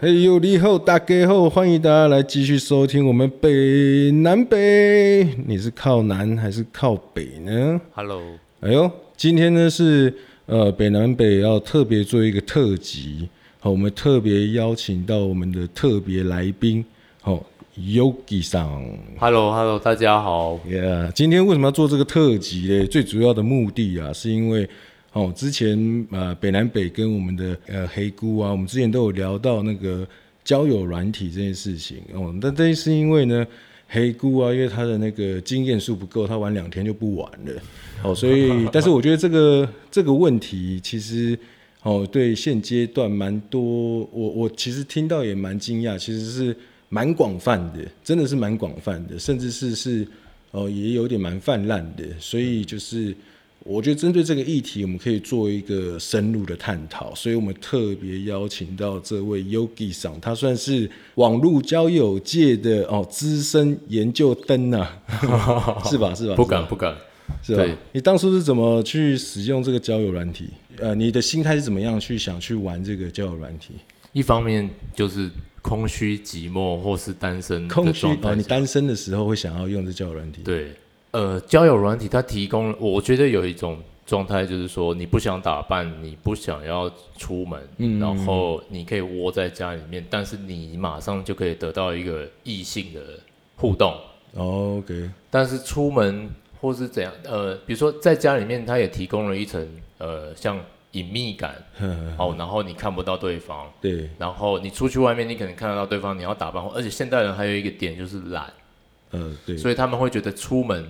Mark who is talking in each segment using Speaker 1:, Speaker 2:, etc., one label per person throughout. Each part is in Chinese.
Speaker 1: 嘿呦，你好，大家好，欢迎大家来继续收听我们北南北。你是靠南还是靠北呢？
Speaker 2: Hello，
Speaker 1: 哎呦，今天呢是呃北南北要特别做一个特辑，好，我们特别邀请到我们的特别来宾，好，Yogi 上。
Speaker 2: Hello，Hello，大家好。
Speaker 1: Yeah，今天为什么要做这个特辑嘞？最主要的目的啊，是因为哦，之前呃北南北跟我们的呃黑姑啊，我们之前都有聊到那个交友软体这件事情哦。但这是因为呢，黑姑啊，因为她的那个经验数不够，她玩两天就不玩了。哦，所以但是我觉得这个这个问题其实。哦，对，现阶段蛮多，我我其实听到也蛮惊讶，其实是蛮广泛的，真的是蛮广泛的，甚至是是哦，也有点蛮泛滥的，所以就是我觉得针对这个议题，我们可以做一个深入的探讨，所以我们特别邀请到这位 Yogi 上，他算是网络交友界的哦资深研究灯啊， 是吧？啊是吧？
Speaker 2: 不敢不敢，
Speaker 1: 是吧
Speaker 2: 对？
Speaker 1: 你当初是怎么去使用这个交友软体？呃，你的心态是怎么样去想去玩这个交友软体？
Speaker 2: 一方面就是空虚、寂寞或是单身
Speaker 1: 空
Speaker 2: 嗯的
Speaker 1: 虚
Speaker 2: 状
Speaker 1: 哦，
Speaker 2: 态
Speaker 1: 你
Speaker 2: 下。
Speaker 1: 单身的时候会想要用这交友软体？
Speaker 2: 对，呃，交友软体它提供了，我觉得有一种状态就是说，你不想打扮，你不想要出门，
Speaker 1: 嗯
Speaker 2: 然后你可以窝在家里面，但是你马上就可以得到一个异性的互动。
Speaker 1: 哦，OK，
Speaker 2: 但是出门或是怎样，呃，比如说在家里面，它也提供了一层呃，像隐秘感，
Speaker 1: 呵
Speaker 2: 哦，然后你看不到对方，
Speaker 1: 对，
Speaker 2: 然后你出去外面，你可能看得到对方，你要打扮，而且现代人还有一个点就是懒，
Speaker 1: 呃，对，
Speaker 2: 所以他们会觉得出门，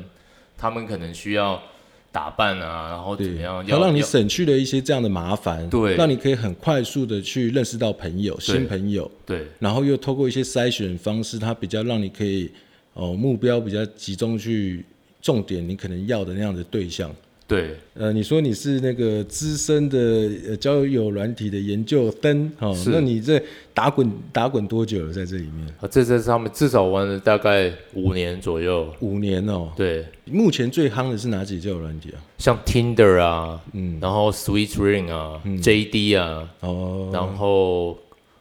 Speaker 2: 他们可能需要打扮啊，然后怎么
Speaker 1: 对
Speaker 2: 样，，
Speaker 1: 它
Speaker 2: 要
Speaker 1: 让你
Speaker 2: 要
Speaker 1: 省去了一些这样的麻烦，
Speaker 2: 对
Speaker 1: 让你可以很快速的去认识到朋友、新朋友，
Speaker 2: 对
Speaker 1: 然后又透过一些筛选方式，它比较让你可以哦目标比较集中去重点你可能要的那样的对象。
Speaker 2: 对
Speaker 1: 呃，你说你是那个资深的呃交友软体的研究灯，哦，
Speaker 2: 是
Speaker 1: 那你这打滚打滚多久了在这里面？
Speaker 2: 啊，这这是他们至少玩了大概五年左右，
Speaker 1: 五年哦。
Speaker 2: 对，
Speaker 1: 目前最夯的是哪几交友软体啊？
Speaker 2: 像 Tinder 啊，嗯，然后 Sweet Ring 啊、JD 啊，
Speaker 1: 嗯哦，
Speaker 2: 然后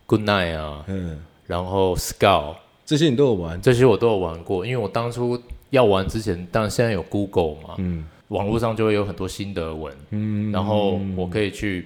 Speaker 2: Good Night 啊，
Speaker 1: 嗯，
Speaker 2: 然后 Scout
Speaker 1: 这些你都有玩，
Speaker 2: 这些我都有玩过，因为我当初要玩之前，当然现在有 Google 嘛，
Speaker 1: 嗯
Speaker 2: 网络上就会有很多心得文，
Speaker 1: 嗯，
Speaker 2: 然后我可以去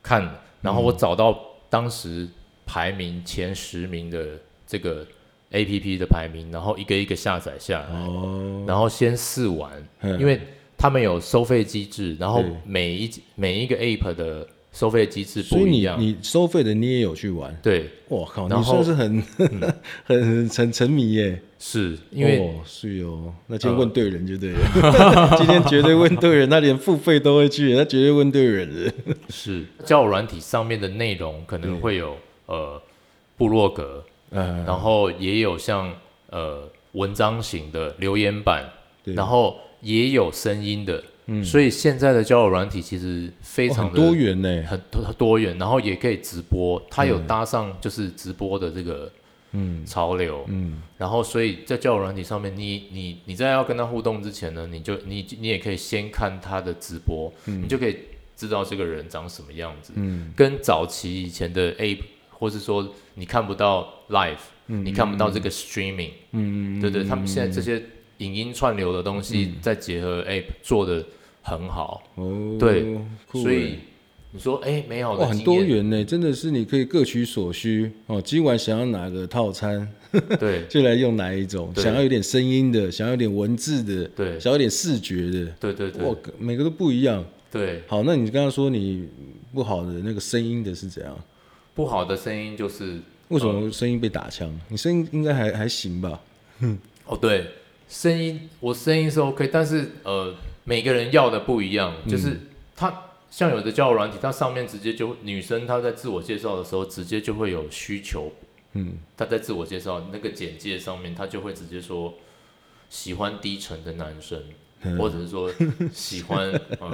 Speaker 2: 看，然后我找到当时排名前十名的这个 A P P 的排名，然后一个一个下载下来，
Speaker 1: 哦，
Speaker 2: 然后先试玩，
Speaker 1: 嗯
Speaker 2: 因为他们有收费机制，然后
Speaker 1: 对
Speaker 2: 每一每一个 App 的收费机制
Speaker 1: 所以
Speaker 2: 不一
Speaker 1: 你
Speaker 2: 样，
Speaker 1: 你收费的你也有去玩，
Speaker 2: 对，
Speaker 1: 我靠，
Speaker 2: 然
Speaker 1: 你
Speaker 2: 后
Speaker 1: 算是很 很很沉沉迷耶，
Speaker 2: 是因为、呃
Speaker 1: 哦是哦，那今天问对人就对了， 今天绝对问对人，他连付费都会去，他绝对问对人 了，
Speaker 2: 是交友软体上面的内容可能会有呃部落格，
Speaker 1: 嗯
Speaker 2: 然后也有像呃文章型的留言板，
Speaker 1: 对嗯
Speaker 2: 然后也有声音的，所以现在的交友软体其实非
Speaker 1: 哦
Speaker 2: 常
Speaker 1: 很
Speaker 2: 的、
Speaker 1: 多元呢，
Speaker 2: 很多很多元，然后也可以直播，它有搭上就是直播的这个
Speaker 1: 嗯
Speaker 2: 潮流，
Speaker 1: 嗯，
Speaker 2: 然后所以在交友软体上面，你你你在要跟他互动之前呢，你就你你也可以先看他的直播，你就可以知道这个人长什么样子，
Speaker 1: 嗯
Speaker 2: 跟早期以前的 App，或是说你看不到 Live，、你看不到这个 Streaming，
Speaker 1: 嗯，
Speaker 2: 对对，他们现在这些影音串流的东西再结合 App 做的很好，
Speaker 1: 哦，
Speaker 2: 对
Speaker 1: 酷耶，欸
Speaker 2: 所以你说哎，美好的
Speaker 1: 哇，很
Speaker 2: 经
Speaker 1: 多
Speaker 2: 验
Speaker 1: 元呢，欸真的是你可以各取所需哦。今晚想要哪个套餐，
Speaker 2: 对
Speaker 1: 就来用哪一种。
Speaker 2: 对
Speaker 1: 想要有点声音的，想要有点文字的，
Speaker 2: 对
Speaker 1: 想要有点视觉的，
Speaker 2: 对对
Speaker 1: 哇
Speaker 2: 对，
Speaker 1: 每个都不一样。
Speaker 2: 对，
Speaker 1: 好，那你刚刚说你不好的那个声音的是怎样？
Speaker 2: 不好的声音就是
Speaker 1: 为什
Speaker 2: 呃
Speaker 1: 么声音被打枪？你声音应该还还行吧？
Speaker 2: 哦，对，声音我声音是 OK，但是呃，每个人要的不一样，就是它像有的交友软体，它上面直接就女生她在自我介绍的时候，直接就会有需求，
Speaker 1: 嗯，
Speaker 2: 她在自我介绍那个简介上面，她就会直接说喜欢低沉的男生，或者是说喜欢呃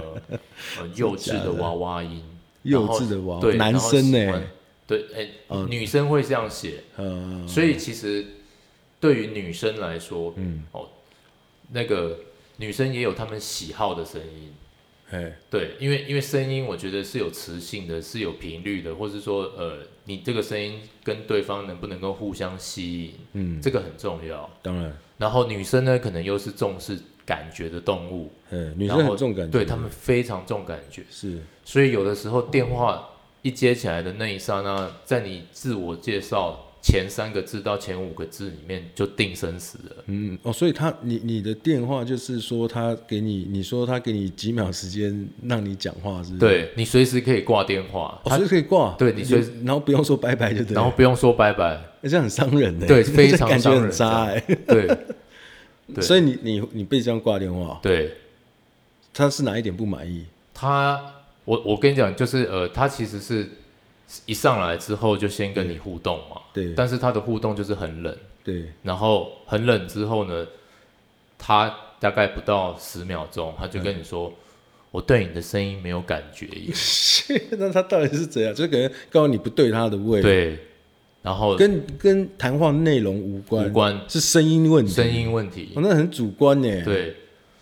Speaker 2: 呃幼稚的娃娃音，
Speaker 1: 幼
Speaker 2: 然后
Speaker 1: 稚的娃
Speaker 2: 对，
Speaker 1: 男生欸
Speaker 2: 呢、
Speaker 1: 呢？
Speaker 2: 对，哎、女生会这样写，
Speaker 1: 呃，
Speaker 2: 所以其实对于女生来说，嗯，哦，那个女生也有她们喜好的声音，
Speaker 1: 哎，
Speaker 2: 对，因为因为声音我觉得是有磁性的，是有频率的，或是说呃，你这个声音跟对方能不能够互相吸引，
Speaker 1: 嗯，
Speaker 2: 这个很重要。
Speaker 1: 当然，
Speaker 2: 然后女生呢，可能又是重视感觉的动物，
Speaker 1: 哎，女
Speaker 2: 然
Speaker 1: 生
Speaker 2: 后
Speaker 1: 很重感觉，
Speaker 2: 对她们非常重感觉，
Speaker 1: 是，
Speaker 2: 所以有的时候电话一接起来的那一刹那，在你自我介绍前三个字到前五个字里面就定生死了。
Speaker 1: 嗯，哦，所以他你你的电话就是说他给你，你说他给你几秒时间让你讲话，是不是？，
Speaker 2: 对你随时可以挂电话，
Speaker 1: 哦，所以可以挂，
Speaker 2: 对你
Speaker 1: 就
Speaker 2: 随
Speaker 1: 然后不用说拜拜就对了，
Speaker 2: 然后不用说拜拜，
Speaker 1: 哎这样很伤人的，
Speaker 2: 对非常
Speaker 1: 感觉
Speaker 2: 伤
Speaker 1: 很
Speaker 2: 人
Speaker 1: 渣哎，
Speaker 2: 对对
Speaker 1: 所以你你你被这样挂电话，
Speaker 2: 对。
Speaker 1: 他是哪一点不满意？
Speaker 2: 他，我我跟你讲，就是呃，他其实是一上来之后就先跟你互动嘛，
Speaker 1: 对
Speaker 2: 但是他的互动就是很冷，
Speaker 1: 对，
Speaker 2: 然后很冷之后呢，他大概不到十秒钟，他就跟你说，我对你的声音没有感觉耶，
Speaker 1: 那他到底是怎样？就可能告诉你不对他的胃，，
Speaker 2: 对，然后
Speaker 1: 跟跟谈话内容无关，
Speaker 2: 无关
Speaker 1: 是声音问题，
Speaker 2: 声音问题，
Speaker 1: 哦，那很主嗯观呢。，
Speaker 2: 对。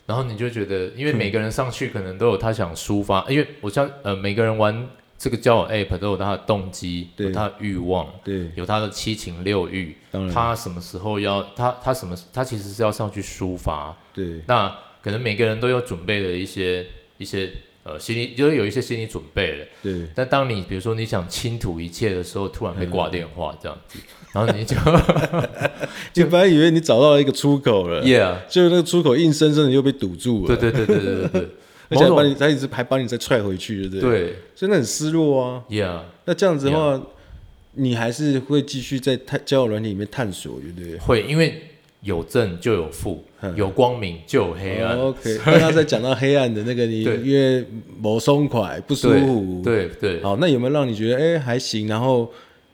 Speaker 2: 然后你就觉得，因为每个人上去可能都有他想抒发，因为我像呃每个人玩这个交友 app 都有他的动机，有
Speaker 1: 对
Speaker 2: 他的欲望，
Speaker 1: 对，
Speaker 2: 有他的七情六欲，
Speaker 1: 当然，
Speaker 2: 他什么时候要他他什么他其实是要上去抒发，
Speaker 1: 对，
Speaker 2: 那可能每个人都有准备的一些一些呃心理，就是有一些心理准备了。
Speaker 1: 对，
Speaker 2: 但当你比如说你想倾吐一切的时候，突然
Speaker 1: 嗯
Speaker 2: 被挂电话这样 子，然后你就
Speaker 1: 就本来以为你找到了一个出口了，
Speaker 2: yeah，
Speaker 1: 就那个出口硬生生的又被堵住
Speaker 2: 对
Speaker 1: 了，
Speaker 2: 对对对对对 对，
Speaker 1: 而且还
Speaker 2: 某
Speaker 1: 把
Speaker 2: 种
Speaker 1: 你，他一直还把你再踹回去，对不对？，
Speaker 2: 对
Speaker 1: 所以那很失落啊。
Speaker 2: yeah
Speaker 1: 那这样子的话，你还是会继续在探交友软体里面探索，对不对？
Speaker 2: 会，因为有正就有负，
Speaker 1: 嗯
Speaker 2: 有光明就有黑暗，
Speaker 1: o k 刚刚在讲到黑暗的那个，你
Speaker 2: 对
Speaker 1: 因为某松快不舒服，哦
Speaker 2: 对对对，
Speaker 1: 好，那有没有让你觉得哎、还行，然后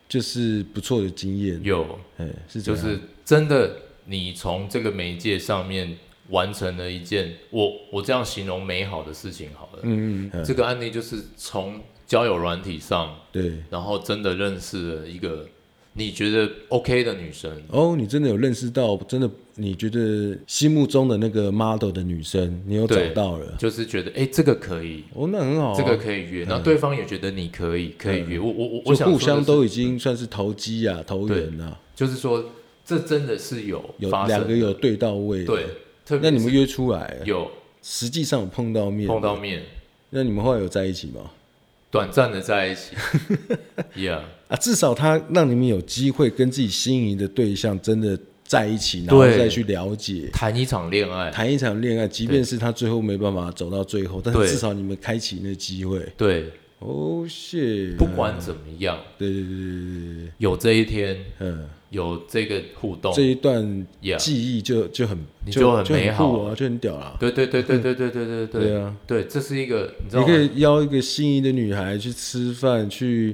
Speaker 1: 就是不错的经验？
Speaker 2: 有。
Speaker 1: 哎，是怎
Speaker 2: 就
Speaker 1: 样
Speaker 2: 是真的，你从这个媒介上面完成了一件我我这样形容美好的事情好了。
Speaker 1: 嗯嗯嗯，
Speaker 2: 这个案例就是从交友软体上，
Speaker 1: 对。
Speaker 2: 然后真的认识了一个你觉得 OK 的女生，
Speaker 1: 哦，你真的有认识到，真的你觉得心目中的那个 model 的女生，你有找
Speaker 2: 对
Speaker 1: 到了？
Speaker 2: 就是觉得哎、这个可以。
Speaker 1: 哦，那很好、啊，
Speaker 2: 这个可以约，那对方也觉得你可以，可以约。我我我
Speaker 1: 就
Speaker 2: 我想
Speaker 1: 互
Speaker 2: 说的
Speaker 1: 相
Speaker 2: 是
Speaker 1: 都已经算是投机啊，投缘啊，
Speaker 2: 就是说，这真的是有
Speaker 1: 有
Speaker 2: 发
Speaker 1: 两
Speaker 2: 生
Speaker 1: 个
Speaker 2: 的，
Speaker 1: 有对到位，啊
Speaker 2: 对，，特
Speaker 1: 那
Speaker 2: 别
Speaker 1: 你们
Speaker 2: 是
Speaker 1: 约出来，
Speaker 2: 有
Speaker 1: 实际上有碰到面，
Speaker 2: 碰到，面，
Speaker 1: 那你们后来有在一起吗？
Speaker 2: 短暂的在一起 ，Yeah，
Speaker 1: 啊，至少他让你们有机会跟自己心仪的对象真的在一起，然后
Speaker 2: 对
Speaker 1: 再去了解。
Speaker 2: 谈一场恋爱，
Speaker 1: 谈一场恋爱，即便是他最后没办法走到最后，但
Speaker 2: 对
Speaker 1: 是至少你们开启那机会。
Speaker 2: 对，
Speaker 1: 哦，谢，
Speaker 2: 不管怎么样，
Speaker 1: 对对对对对对，
Speaker 2: 有这一天，
Speaker 1: 嗯，
Speaker 2: 有这个互动
Speaker 1: 这，一段
Speaker 2: 哦 Yeah
Speaker 1: 记忆就就很
Speaker 2: 你
Speaker 1: 就
Speaker 2: 就很
Speaker 1: 就
Speaker 2: 美好
Speaker 1: 酷啊，就很屌啦。
Speaker 2: 对对对对对对对对
Speaker 1: 对啊，
Speaker 2: 对，这是一个你知
Speaker 1: 你
Speaker 2: 道
Speaker 1: 可
Speaker 2: 吗？
Speaker 1: 以邀一个心仪的女孩去吃饭，去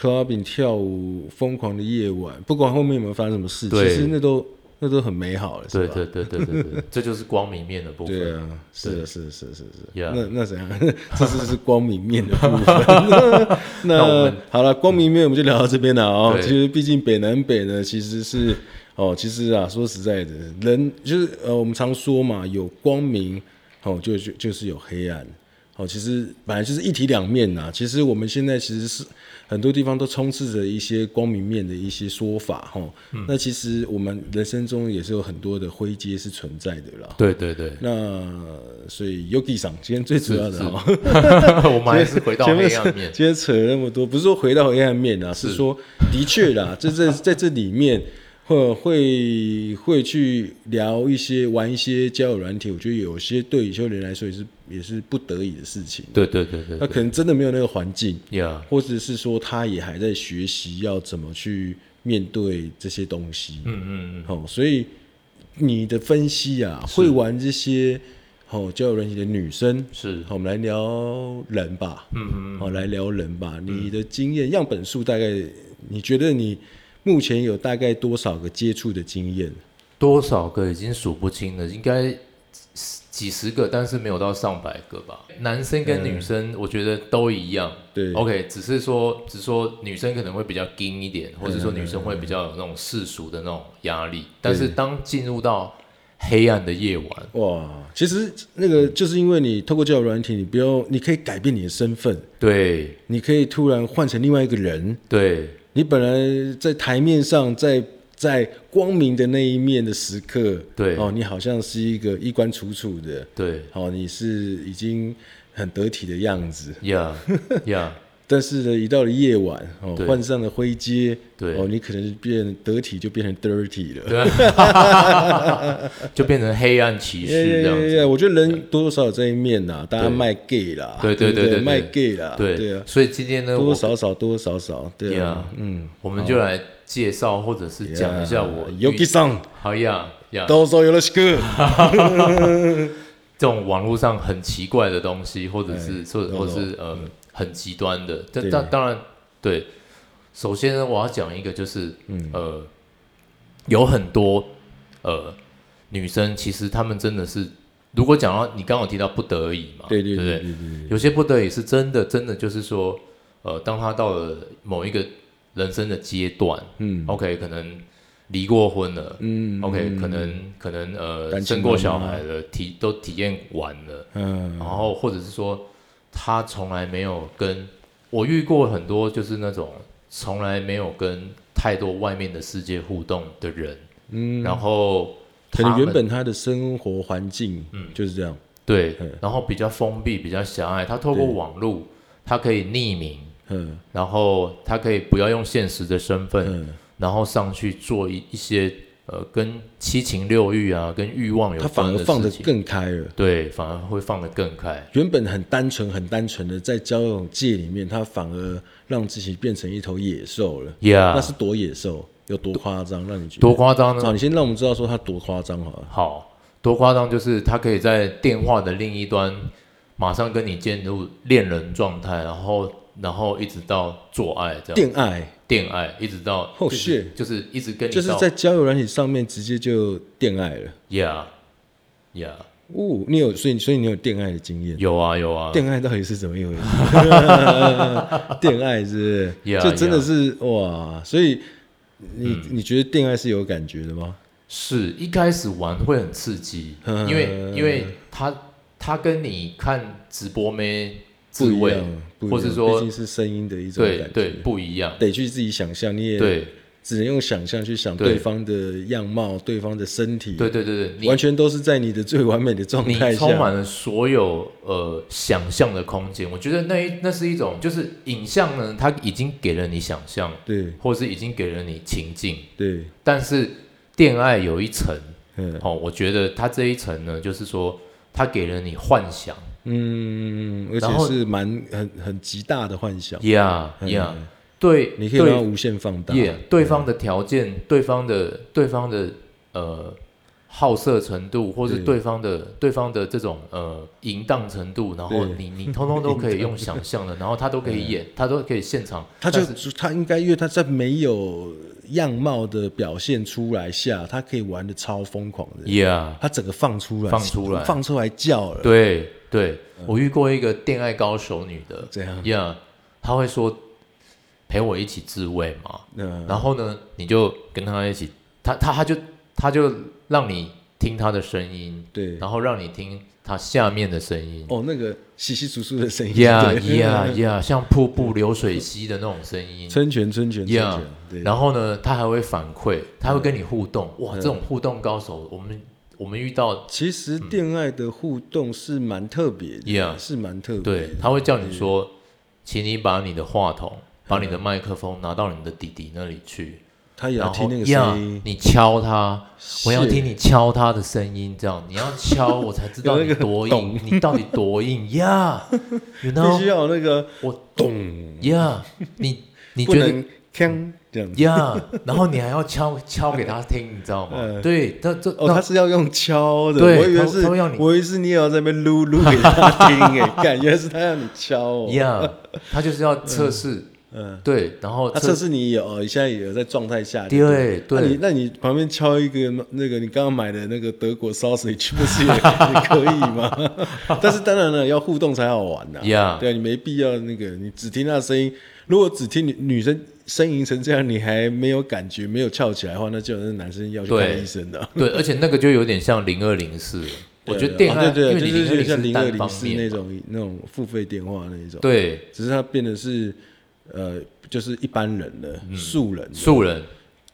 Speaker 1: clubbing 跳舞，疯狂的夜晚，不管后面有没有发生什么事，
Speaker 2: 对
Speaker 1: 其实那都那都很美好了，是
Speaker 2: 对
Speaker 1: 吧？
Speaker 2: 对对对对对，这就是光明面的部
Speaker 1: 对
Speaker 2: 分。
Speaker 1: 啊，是啊是啊是啊是啊是啊
Speaker 2: Yeah
Speaker 1: 那那怎样？ 这是是光明面的部分。 那
Speaker 2: 那我们
Speaker 1: 好了，光明面我们就聊到这边了哦。
Speaker 2: 对
Speaker 1: 其实毕竟北南北呢，其实是哦，其实啊，说实在的，人就是呃，我们常说嘛，有光明哦，就就就是有黑暗。哦，其实本来就是一体两面呐、其实我们现在其实是很多地方都充斥着一些光明面的一些说法哈、哦
Speaker 2: 嗯
Speaker 1: 那其实我们人生中也是有很多的灰阶是存在的啦。
Speaker 2: 对对对，
Speaker 1: 那所以 Yuki 上今天最主要的哈，
Speaker 2: 我们还是回到
Speaker 1: 前面
Speaker 2: 黑暗面。
Speaker 1: 今天扯了那么多，不是说回到黑暗面啊，是说的确啦， 这这在这里面。会会会去聊一些玩一些交友软体，我觉得有些对有些人来说也是也是不得已的事情。
Speaker 2: 对对对对
Speaker 1: 那可能真的没有那个环境，
Speaker 2: ，Yeah，
Speaker 1: 或者是说他也还在学习要怎么去面对这些东西。
Speaker 2: 嗯嗯嗯，
Speaker 1: 哦，所以你的分析啊，会玩这些哦交友软体的女生，
Speaker 2: 是，
Speaker 1: 好，我们来聊人吧，
Speaker 2: 嗯嗯，嗯
Speaker 1: 好、来聊人吧。你的经验样本数大概，你觉得你目前有大概多少个接触的经验？
Speaker 2: 多少个已经数不清了，应该几几十个，但是没有到上百个吧。男生跟女生，我觉得都一样。
Speaker 1: 嗯对
Speaker 2: OK，只是说，只是说女生可能会比较硬一
Speaker 1: 嗯
Speaker 2: 点，或者说女生会比较有那种世俗的那种压力。但是当进入到黑暗的夜晚。
Speaker 1: 哇，其实那个就是因为你透过交友软体，你不要，你可以改变你的身份，
Speaker 2: 对
Speaker 1: 你可以突然换成另外一个人。
Speaker 2: 对，
Speaker 1: 你本来在台面上，在在光明的那一面的时刻，
Speaker 2: 对
Speaker 1: 哦，你好像是一个衣冠楚楚的，
Speaker 2: 对
Speaker 1: 哦，你是已经很得体的样子，
Speaker 2: ，Yeah Yeah，
Speaker 1: 但是呢，一到了夜晚，哦，
Speaker 2: 对
Speaker 1: 换上了灰阶，
Speaker 2: 对
Speaker 1: 哦，你可能变得体就变成 dirty 了。
Speaker 2: 就变成黑暗骑士这样子。
Speaker 1: 呀，哎我觉得人多多少少这一面呐，大家卖 gay 啦，
Speaker 2: 对对
Speaker 1: 对
Speaker 2: 对
Speaker 1: 不
Speaker 2: 对对
Speaker 1: 卖 gay 啦，
Speaker 2: 对
Speaker 1: 对啊，
Speaker 2: 所以今天呢，
Speaker 1: 多多
Speaker 2: 我
Speaker 1: 少哦少多多少少，对啊
Speaker 2: Yeah，，嗯，我们就来介绍或者是讲一下我
Speaker 1: Yogi Song，
Speaker 2: 好呀呀，
Speaker 1: 都说有了哥，
Speaker 2: 这种网络上很奇怪的东西，或者是或
Speaker 1: 懂
Speaker 2: 者或者是呃
Speaker 1: 嗯
Speaker 2: 很极端的，但但当然对。首先呢，我要讲一个，就是
Speaker 1: 嗯
Speaker 2: 呃，有很多呃女生，其实她们真的是，如果讲到你刚刚有提到不得已嘛，
Speaker 1: 对
Speaker 2: 对
Speaker 1: 对
Speaker 2: 不
Speaker 1: 对对对，
Speaker 2: 有些不得已是真的，真的就是说，呃，当他到了某一个人生的阶段，
Speaker 1: 嗯
Speaker 2: OK，可能离过婚了，
Speaker 1: 嗯
Speaker 2: OK，可能可能呃
Speaker 1: 单亲
Speaker 2: 生过
Speaker 1: 妈妈
Speaker 2: 小孩了，体都体验完了，
Speaker 1: 嗯
Speaker 2: 然后或者是说他从来没有跟我遇过很多就是那种从来没有跟太多外面的世界互动的人，
Speaker 1: 嗯，
Speaker 2: 然后
Speaker 1: 可
Speaker 2: 他
Speaker 1: 能
Speaker 2: 们嗯
Speaker 1: 原本他的生活环境，就是这样，
Speaker 2: 对
Speaker 1: 嗯，
Speaker 2: 然后比较封闭，比较狭隘，他透过
Speaker 1: 对
Speaker 2: 网络，他可以匿名。
Speaker 1: 嗯
Speaker 2: 然后他可以不要用现实的身份，
Speaker 1: 嗯，
Speaker 2: 然后上去做一一些呃跟七情六欲啊、跟欲望有
Speaker 1: 他反
Speaker 2: 关
Speaker 1: 而
Speaker 2: 的
Speaker 1: 放得
Speaker 2: 事情，
Speaker 1: 更开了。
Speaker 2: 对，反而会放得更开。
Speaker 1: 原本很单纯、很单纯的在交友界里面，他反而让自己变成一头野兽了。那
Speaker 2: Yeah，
Speaker 1: 是多野兽，有多夸张，让你觉得
Speaker 2: 啊多夸张
Speaker 1: 好，
Speaker 2: 呢？
Speaker 1: 你先让我们知道说他多夸张好了。
Speaker 2: 好多夸张，就是他可以在电话的另一端马上跟你进入恋人状态，然后然后一直到做爱这样，
Speaker 1: 恋爱
Speaker 2: 恋爱一直到
Speaker 1: Oh
Speaker 2: 就是就是一直跟你
Speaker 1: 就是
Speaker 2: 到
Speaker 1: 在交友软体上面直接就恋爱了。
Speaker 2: Yeah Yeah，
Speaker 1: 哦，你有，所以所以你有恋爱的经验。
Speaker 2: 有啊有啊，
Speaker 1: 恋爱到底是怎么一回事？ 恋爱是不是
Speaker 2: Yeah，嗯
Speaker 1: 就真的是哇！所以你、你觉得恋爱是有感觉的吗？
Speaker 2: 是一开始玩会很刺激，
Speaker 1: 嗯
Speaker 2: 因为因为他他跟你看直播没
Speaker 1: 不
Speaker 2: 滋
Speaker 1: 一
Speaker 2: 味，
Speaker 1: 样，不一样
Speaker 2: 或是说
Speaker 1: 毕竟是声音的一种
Speaker 2: 对
Speaker 1: 感
Speaker 2: 对
Speaker 1: 觉，
Speaker 2: 不一样，
Speaker 1: 得去自己想象，你也
Speaker 2: 对
Speaker 1: 只能用想象去想
Speaker 2: 对
Speaker 1: 对方的样貌、对方的身体，
Speaker 2: 对对对对，你
Speaker 1: 完全都是在你的最完美的状态
Speaker 2: 你
Speaker 1: 下，
Speaker 2: 充满了所有呃想象的空间。我觉得那一那是一种，就是影像呢，它已经给了你想象，
Speaker 1: 对
Speaker 2: 或是已经给了你情境，
Speaker 1: 对，
Speaker 2: 但是恋爱有一层
Speaker 1: 嗯
Speaker 2: 哦，我觉得它这一层呢，就是说它给了你幻想。
Speaker 1: 嗯，而
Speaker 2: 然后
Speaker 1: 且是蛮很很极大的幻想，
Speaker 2: Yeah,
Speaker 1: 嗯
Speaker 2: yeah，对，
Speaker 1: 你可以
Speaker 2: 对
Speaker 1: 让它无限放大，
Speaker 2: 也、对方的条件、对方的、对方的呃好色程度，或是
Speaker 1: 对
Speaker 2: 对方的、对方的这种呃淫荡程度，然后
Speaker 1: 对
Speaker 2: 你你通通都可以用想 象的，然后他都可以演，他都可以现场，
Speaker 1: 他就
Speaker 2: 但是
Speaker 1: 他应该因为他在没有样貌的表现出来下，他可以玩的超疯狂的，
Speaker 2: yeah，
Speaker 1: 他整个放出来，
Speaker 2: 放出来
Speaker 1: 放出来叫了，
Speaker 2: 对对，
Speaker 1: 嗯
Speaker 2: 我遇过一个恋爱高手女的
Speaker 1: 这样，
Speaker 2: ，yeah，她会说陪我一起自慰嘛，
Speaker 1: 嗯，
Speaker 2: 然后呢，你就跟她一起，她她她就她就让你听她的声音，
Speaker 1: 对，
Speaker 2: 然后让你听她下面的声音。
Speaker 1: 哦，那个稀稀疏疏的声音，
Speaker 2: 呀
Speaker 1: 对
Speaker 2: 呀呀，像瀑布流水溪的那种声音。
Speaker 1: 春泉春泉春
Speaker 2: Yeah，
Speaker 1: 泉， 对，嗯
Speaker 2: 然后呢，他还会反馈，他会跟你互动。哇，这种互动高手，我们我们遇到，
Speaker 1: 其实恋爱的互动是蛮特别的
Speaker 2: 嗯 Yeah
Speaker 1: 是蛮特别
Speaker 2: 对
Speaker 1: 的，，
Speaker 2: 他会叫你说，
Speaker 1: 嗯
Speaker 2: 请你把你的话筒、把你的麦克风拿到你的弟弟那里去，
Speaker 1: 他也要
Speaker 2: 然后
Speaker 1: 听那个
Speaker 2: 呀
Speaker 1: 声音，
Speaker 2: 你敲他，我要
Speaker 1: 是
Speaker 2: 听你敲他的声音，这样你要敲我才知道
Speaker 1: 有那
Speaker 2: 你
Speaker 1: 个
Speaker 2: 多
Speaker 1: 咚
Speaker 2: 硬，你到底多硬呀
Speaker 1: 必须
Speaker 2: ？You know
Speaker 1: 要有那个
Speaker 2: 我
Speaker 1: 咚，
Speaker 2: 呀，你你
Speaker 1: 不
Speaker 2: 觉得
Speaker 1: 能锵这样子。
Speaker 2: 呀然后你还要敲敲给他听，你知道吗？
Speaker 1: 嗯
Speaker 2: 对，那这
Speaker 1: 哦，
Speaker 2: 那
Speaker 1: 他是要用敲的，
Speaker 2: 对
Speaker 1: 我以为
Speaker 2: 他
Speaker 1: 是，
Speaker 2: 他会要你
Speaker 1: 我以为是你也要在那边撸撸给他听 哎，感原来是他让你敲 哦。
Speaker 2: 呀，他就是要测试，
Speaker 1: 嗯，
Speaker 2: 对，然后
Speaker 1: 他测试你有，哦现在也有在状态下。不
Speaker 2: 对
Speaker 1: 那你
Speaker 2: 对，
Speaker 1: 那你旁边敲一个那个你刚刚买的那个德国烧水去不是也 也可以 吗？但是当然了，要互动才好玩呐。啊
Speaker 2: 呀
Speaker 1: 对啊，你没必要那个，你只听他的声音。如果只听女女生呻吟成这样，你还没有感觉，没有翘起来的话，那就是男生要去看
Speaker 2: 对
Speaker 1: 医生的。
Speaker 2: 对，而且那个就有点像零二零四，我觉得
Speaker 1: 对
Speaker 2: 电
Speaker 1: 啊
Speaker 2: 话，
Speaker 1: 哦对
Speaker 2: 因为
Speaker 1: 对，
Speaker 2: 你
Speaker 1: 就是有点像
Speaker 2: 零
Speaker 1: 零二
Speaker 2: 单
Speaker 1: 零
Speaker 2: 方
Speaker 1: 四那
Speaker 2: 面嘛，
Speaker 1: 种那种付费电话那一种，
Speaker 2: 对，
Speaker 1: 只是它变得是呃，就是一般人的
Speaker 2: 嗯
Speaker 1: 素人的，
Speaker 2: 素人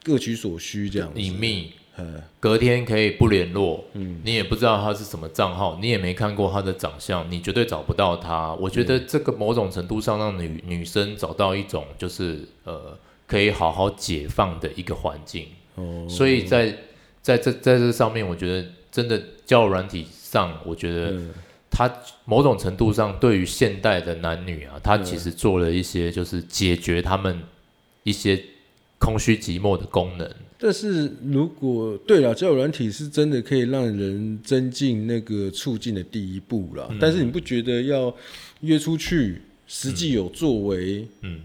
Speaker 1: 各取所需这样子。
Speaker 2: 隐秘，
Speaker 1: 呃，
Speaker 2: 隔天可以不联络，你也不知道他是什么账号，你也没看过他的长相，你绝对找不到他。我觉得这个某种程度上让女女生找到一种就是呃可以好好解放的一个环境，
Speaker 1: 哦，
Speaker 2: 所以在在这在这上面，我觉得真的交友软体上，我觉得
Speaker 1: 嗯
Speaker 2: 它某种程度上对于现代的男女啊，它其实做了一些就是解决他们一些空虚寂寞的功能。
Speaker 1: 但是如果对了，交友软体是真的可以让人增进那个促进的第一步啦。但是你不觉得要约出去，实际有作为，
Speaker 2: 嗯，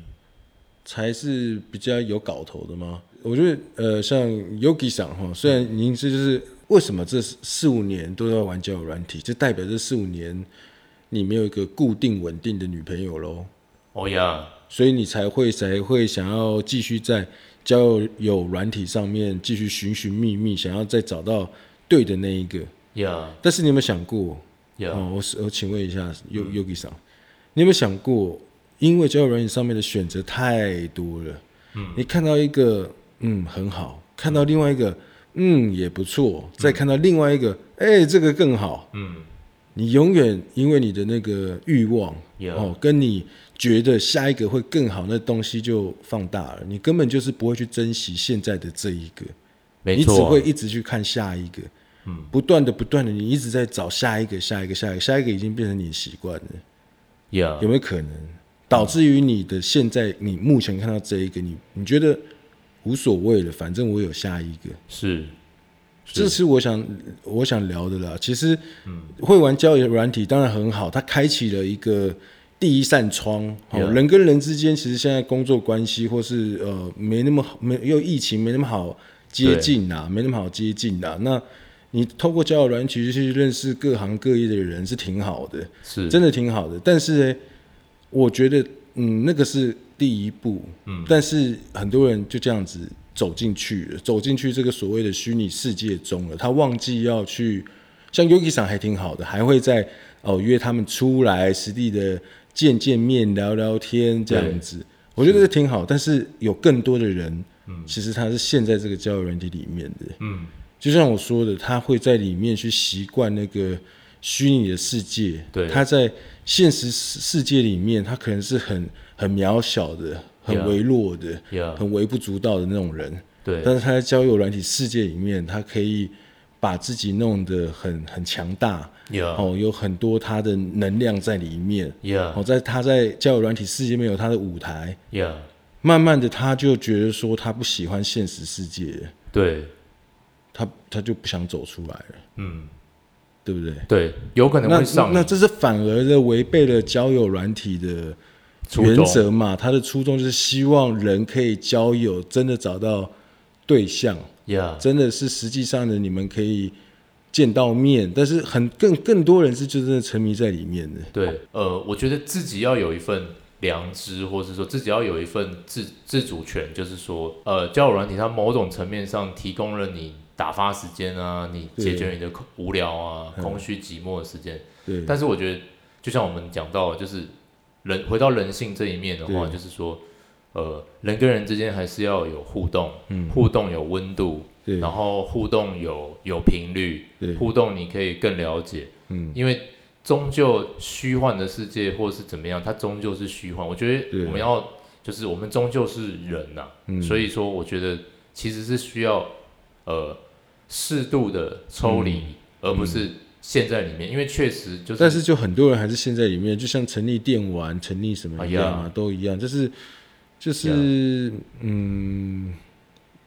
Speaker 1: 才是比较有搞头的吗？我觉得呃，像 Yogi 上哈，虽然您这就是为什么这四五年都在玩交友软体，这代表这四五年你没有一个固定稳定的女朋友喽，
Speaker 2: 哦呀，
Speaker 1: 所以你才会才会想要继续在交友有软体上面继续寻寻觅觅，想要再找到对的那一个。
Speaker 2: 呀
Speaker 1: 但是你有没有想过？
Speaker 2: 呀，
Speaker 1: 哦，我是我请问一下 Yo Yogi 上，你有没有想过，因为交友软件上面的选择太多了，嗯，你看到一个嗯很好，看到另外一个嗯也不错，再看到另外一个哎、这个更好，
Speaker 2: 嗯，
Speaker 1: 你永远因为你的那个欲望
Speaker 2: Yeah
Speaker 1: 哦，跟你觉得下一个会更好，那东西就放大了，你根本就是不会去珍惜现在的这一个，
Speaker 2: 没
Speaker 1: 你只
Speaker 2: 错
Speaker 1: 会，一直去看下一个，
Speaker 2: 嗯
Speaker 1: 不断的不断的，你一直在找下一个、下一个、下一个，下一个已经变成你的习惯了，
Speaker 2: 呀
Speaker 1: 有没有可能导致于你的现在你目前看到这一个，你你觉得无所谓了，反正我有下一个，
Speaker 2: 是
Speaker 1: 这是我想我想聊的啦。其实，会玩交友软体当然很好，它开启了一个第一扇窗。哦
Speaker 2: Yeah
Speaker 1: 人跟人之间，其实现在工作关系或是呃没那么好，没又疫情没那么好接近啦，没那么好接近啦。那你透过交友软体去认识各行各业的人是挺好的，
Speaker 2: 是，
Speaker 1: 真的挺好的。但是呢，我觉得嗯，那个是第一步，嗯，但是很多人就这样子走进去了，走进去这个所谓的虚拟世界中了，他忘记要去。像 Yuki 上还挺好的，还会在哦约他们出来实地的见见面、聊聊天这样子，我觉得这挺好。但是有更多的人，嗯，其实他是陷在这个交友软体里面的，
Speaker 2: 嗯，
Speaker 1: 就像我说的，他会在里面去习惯那个虚拟的世界。
Speaker 2: 对
Speaker 1: 他在现实世世界里面，他可能是很很渺小的、很
Speaker 2: Yeah
Speaker 1: 微弱的、
Speaker 2: 呀，
Speaker 1: 很微不足道的那种人。
Speaker 2: 对，
Speaker 1: 但是他在交友软体世界里面，他可以把自己弄得很很强大，
Speaker 2: 呀
Speaker 1: 哦，有很多他的能量在里面。
Speaker 2: 呀
Speaker 1: 哦，在他在交友软体世界里面有他的舞台，
Speaker 2: 呀，
Speaker 1: 慢慢的他就觉得说他不喜欢现实世界了，
Speaker 2: 对，
Speaker 1: 他他就不想走出来了。
Speaker 2: 嗯，
Speaker 1: 对不对？
Speaker 2: 对，有可能
Speaker 1: 那
Speaker 2: 会上
Speaker 1: 那那
Speaker 2: 瘾
Speaker 1: 这是反而的违背了交友软体的
Speaker 2: 初
Speaker 1: 原
Speaker 2: 衷
Speaker 1: 则嘛？它的初衷就是希望人可以交友，真的找到对象，
Speaker 2: 呀，
Speaker 1: 真的是实际上的你们可以见到面，但是很更更多人是就真的沉迷在里面的。
Speaker 2: 对，呃，我觉得自己要有一份良知，或是说自己要有一份自自主权，就是说，呃，交友软体它某种层面上提供了你打发时间啊，你解决你的空无聊啊、
Speaker 1: 嗯
Speaker 2: 空虚寂寞的时间。
Speaker 1: 对，
Speaker 2: 但是我觉得，就像我们讲到的，就是人回到人性这一面的话，
Speaker 1: 对
Speaker 2: 就是说，呃，人跟人之间还是要有互动，互动有温度，
Speaker 1: 嗯对
Speaker 2: 然后互动有有频率，
Speaker 1: 对，
Speaker 2: 互动你可以更了解，
Speaker 1: 嗯，
Speaker 2: 因为终究虚幻的世界或是怎么样，它终究是虚幻。我觉
Speaker 1: 对
Speaker 2: 得我们要就是我们终究是人呐、
Speaker 1: 嗯
Speaker 2: 所以说我觉得其实是需要呃适度的抽离，而不是陷在里面，因为确实就是
Speaker 1: 嗯但是就很多人还是陷在里面，就像沉溺电玩、沉溺什么一样啊，
Speaker 2: 哎呀
Speaker 1: 都一样，就是就是嗯，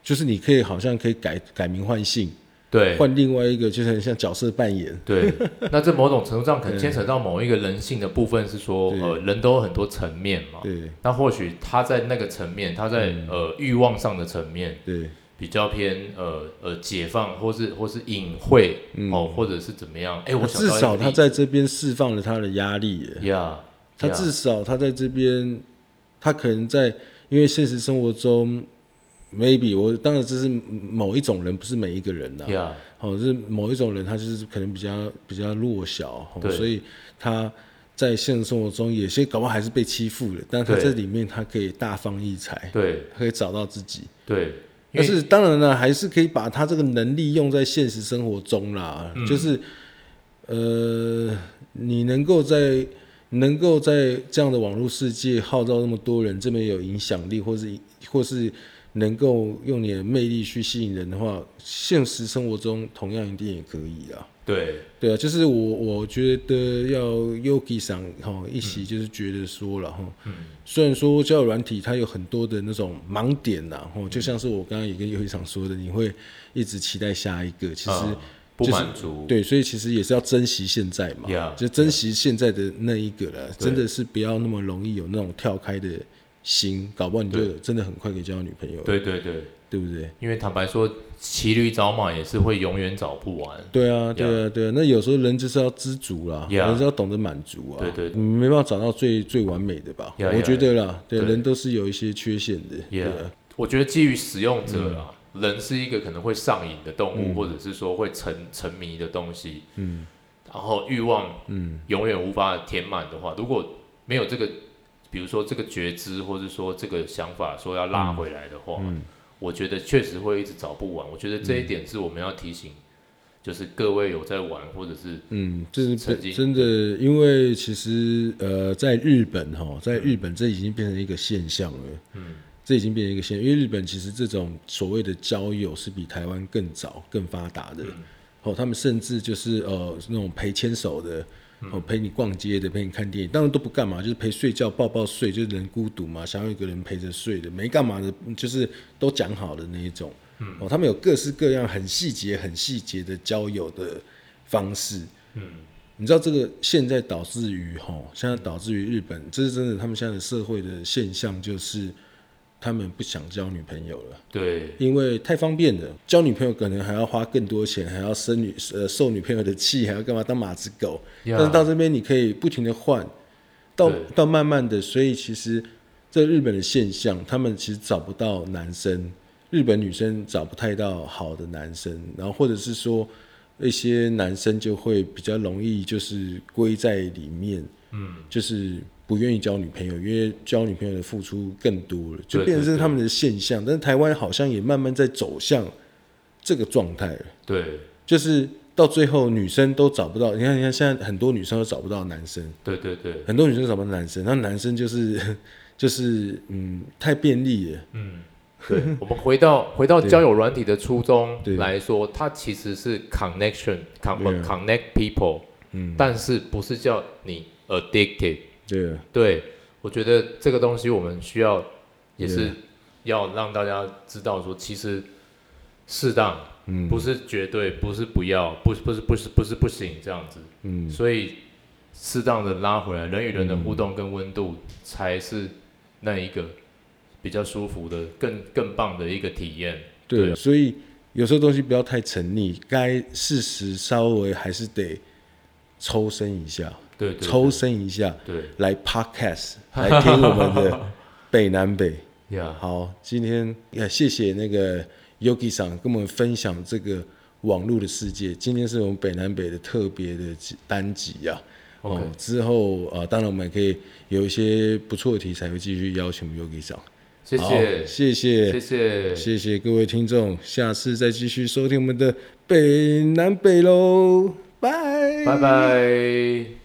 Speaker 1: 就是你可以好像可以改改名换姓。
Speaker 2: 对
Speaker 1: 换另外一个，就是很像角色扮演。
Speaker 2: 对， 那这某种程度上可能牵扯到某一个人性的部分，是说
Speaker 1: 对
Speaker 2: 呃人都有很多层面嘛。
Speaker 1: 对嗯
Speaker 2: 那或许他在那个层面，他在、呃欲望上的层面，
Speaker 1: 对
Speaker 2: 比较偏呃呃解放，或是或是隐晦、哦，或者是怎么样？哎、我想
Speaker 1: 至
Speaker 2: 到
Speaker 1: 嗯
Speaker 2: 一个
Speaker 1: 少他
Speaker 2: 例
Speaker 1: 在这边释放了他的压力耶，
Speaker 2: 子呀，
Speaker 1: 他
Speaker 2: 呀
Speaker 1: 至少他在这边，他可能在因为现实生活中，maybe 我当然这是某一种人，不是每一个人呐、
Speaker 2: 呀，
Speaker 1: 哦，就是某一种人，他就是可能比较比较弱小，哦
Speaker 2: 对
Speaker 1: 所以他在现实生活中有些搞不好还是被欺负的，但他
Speaker 2: 对
Speaker 1: 在里面他可以大放异彩，
Speaker 2: 对
Speaker 1: 可以找到自己。
Speaker 2: 对，因
Speaker 1: 但
Speaker 2: 为
Speaker 1: 是当然了，还是可以把他这个能力用在现实生活中啦。
Speaker 2: 嗯
Speaker 1: 就是，呃，你能够在能够在这样的网络世界号召那么多人，这么有影响力，或是或是能够用你的魅力去吸引人的话，现实生活中同样一定也可以啊。
Speaker 2: 对
Speaker 1: 对啊，就是我我觉得要 Yogi 上哈一起就是觉得说了哈，虽然说交友软体它有很多的那种盲点呐，哈，就像是我刚刚也跟 Yogi 上说的，你会一直期待下一个，其实、
Speaker 2: 嗯不
Speaker 1: 就是
Speaker 2: 满足，
Speaker 1: 对，所以其实也是要珍惜现在嘛
Speaker 2: Yeah，
Speaker 1: 就珍惜现在的那一个了，
Speaker 2: 对
Speaker 1: 真的是不要那么容易有那种跳开的心，搞不好你就真的很快可以交到女朋友了，
Speaker 2: 对对对，
Speaker 1: 对不对？
Speaker 2: 因为坦白说，骑驴找马也是会永远找不完。
Speaker 1: 对啊，对啊，对啊。那有时候人就是要知足啦，
Speaker 2: Yeah
Speaker 1: 人是要懂得满足啊。
Speaker 2: 对对
Speaker 1: 你没办法找到最最完美的吧
Speaker 2: Yeah，
Speaker 1: 我
Speaker 2: yeah，
Speaker 1: 觉得啦，对，
Speaker 2: 对
Speaker 1: 人都是有一些缺陷的。
Speaker 2: Yeah
Speaker 1: 对啊
Speaker 2: 我觉得基于使用者啊，人是一个可能会上瘾的动物，或者是说会沉沉迷的东西。嗯，然后欲望嗯永远无法填满的话，如果没有这个，比如说这个觉知，或者说这个想法，说要拉回来的话，我觉得确实会一直找不完。我觉得这一点是我们要提醒，就是各位有在玩，或者是
Speaker 1: 嗯，这
Speaker 2: 曾经
Speaker 1: 是真的，因为其实呃，在日本哈，在日本这已经变成一个现象了。嗯，这已经变成一个现象，因为日本其实这种所谓的交友是比台湾更早、更发达的。
Speaker 2: 嗯
Speaker 1: 哦，他们甚至就是呃那种陪牵手的，
Speaker 2: 嗯
Speaker 1: 哦陪你逛街的，陪你看电影，当然都不干嘛，就是陪睡觉、抱抱睡，就是人孤独嘛，想要一个人陪着睡的，没干嘛的，就是都讲好的那一种。
Speaker 2: 嗯
Speaker 1: 哦，他们有各式各样很细节、很细节的交友的方式。你知道这个现在导致于吼，现在导致于日本，这是真的，他们现在的社会的现象就是他们不想交女朋友了，
Speaker 2: 对
Speaker 1: 因为太方便了，交女朋友可能还要花更多钱，还要生女呃受女朋友的气，还要干嘛当马子狗。
Speaker 2: 呀
Speaker 1: 但是到这边你可以不停的换，到
Speaker 2: 对
Speaker 1: 到慢慢的，所以其实这日本的现象，他们其实找不到男生，日本女生找不太到好的男生，然后或者是说一些男生就会比较容易就是归在里面，嗯，就是不愿意交女朋友，因为交女朋友的付出更多了，就
Speaker 2: 对
Speaker 1: 变成
Speaker 2: 对
Speaker 1: 是他们的现象。但是台湾好像也慢慢在走向这个状态了。
Speaker 2: 对
Speaker 1: 就是到最后女生都找不到。你看，你看，现在很多女生都找不到男生，
Speaker 2: 对对对，
Speaker 1: 很多女生找不到男生，那男生就是 就是嗯太便利了，
Speaker 2: 对， 我们回到回到
Speaker 1: 对
Speaker 2: 交友软体的初衷
Speaker 1: 对
Speaker 2: 来说，它其实是 connection con
Speaker 1: Yeah
Speaker 2: connect people，
Speaker 1: 嗯，
Speaker 2: 但是不是叫你 addicted？
Speaker 1: 对啊，
Speaker 2: 对，我觉得这个东西我们需要也
Speaker 1: Yeah
Speaker 2: 是要让大家知道说，其实适当，
Speaker 1: 嗯
Speaker 2: 不是绝对，不是不要，不是不是不是不是不行这样子，
Speaker 1: 嗯，
Speaker 2: 所以适当的拉回来，人与人的互动跟温度
Speaker 1: 嗯
Speaker 2: 才是那一个比较舒服的、更更棒的一个体验。
Speaker 1: 对
Speaker 2: 对
Speaker 1: 啊，所以有时候东西不要太沉溺，该适时稍微还是得抽身一下，
Speaker 2: 对对
Speaker 1: 抽身一下，
Speaker 2: 对
Speaker 1: 来 podcast 来听我们的北南北。
Speaker 2: 呀
Speaker 1: 好，今天也谢谢那个 Yogi 上跟我们分享这个网络的世界。今天是我们北南北的特别的集单集啊。
Speaker 2: OK
Speaker 1: 之后呃，当然我们也可以有一些不错的题材，会继续邀请 Yogi 上。
Speaker 2: 谢
Speaker 1: 好
Speaker 2: 谢
Speaker 1: 谢
Speaker 2: 谢
Speaker 1: 谢，
Speaker 2: 谢
Speaker 1: 谢谢各位听众，下次再继续收听我们的北南北喽，拜，
Speaker 2: 拜拜。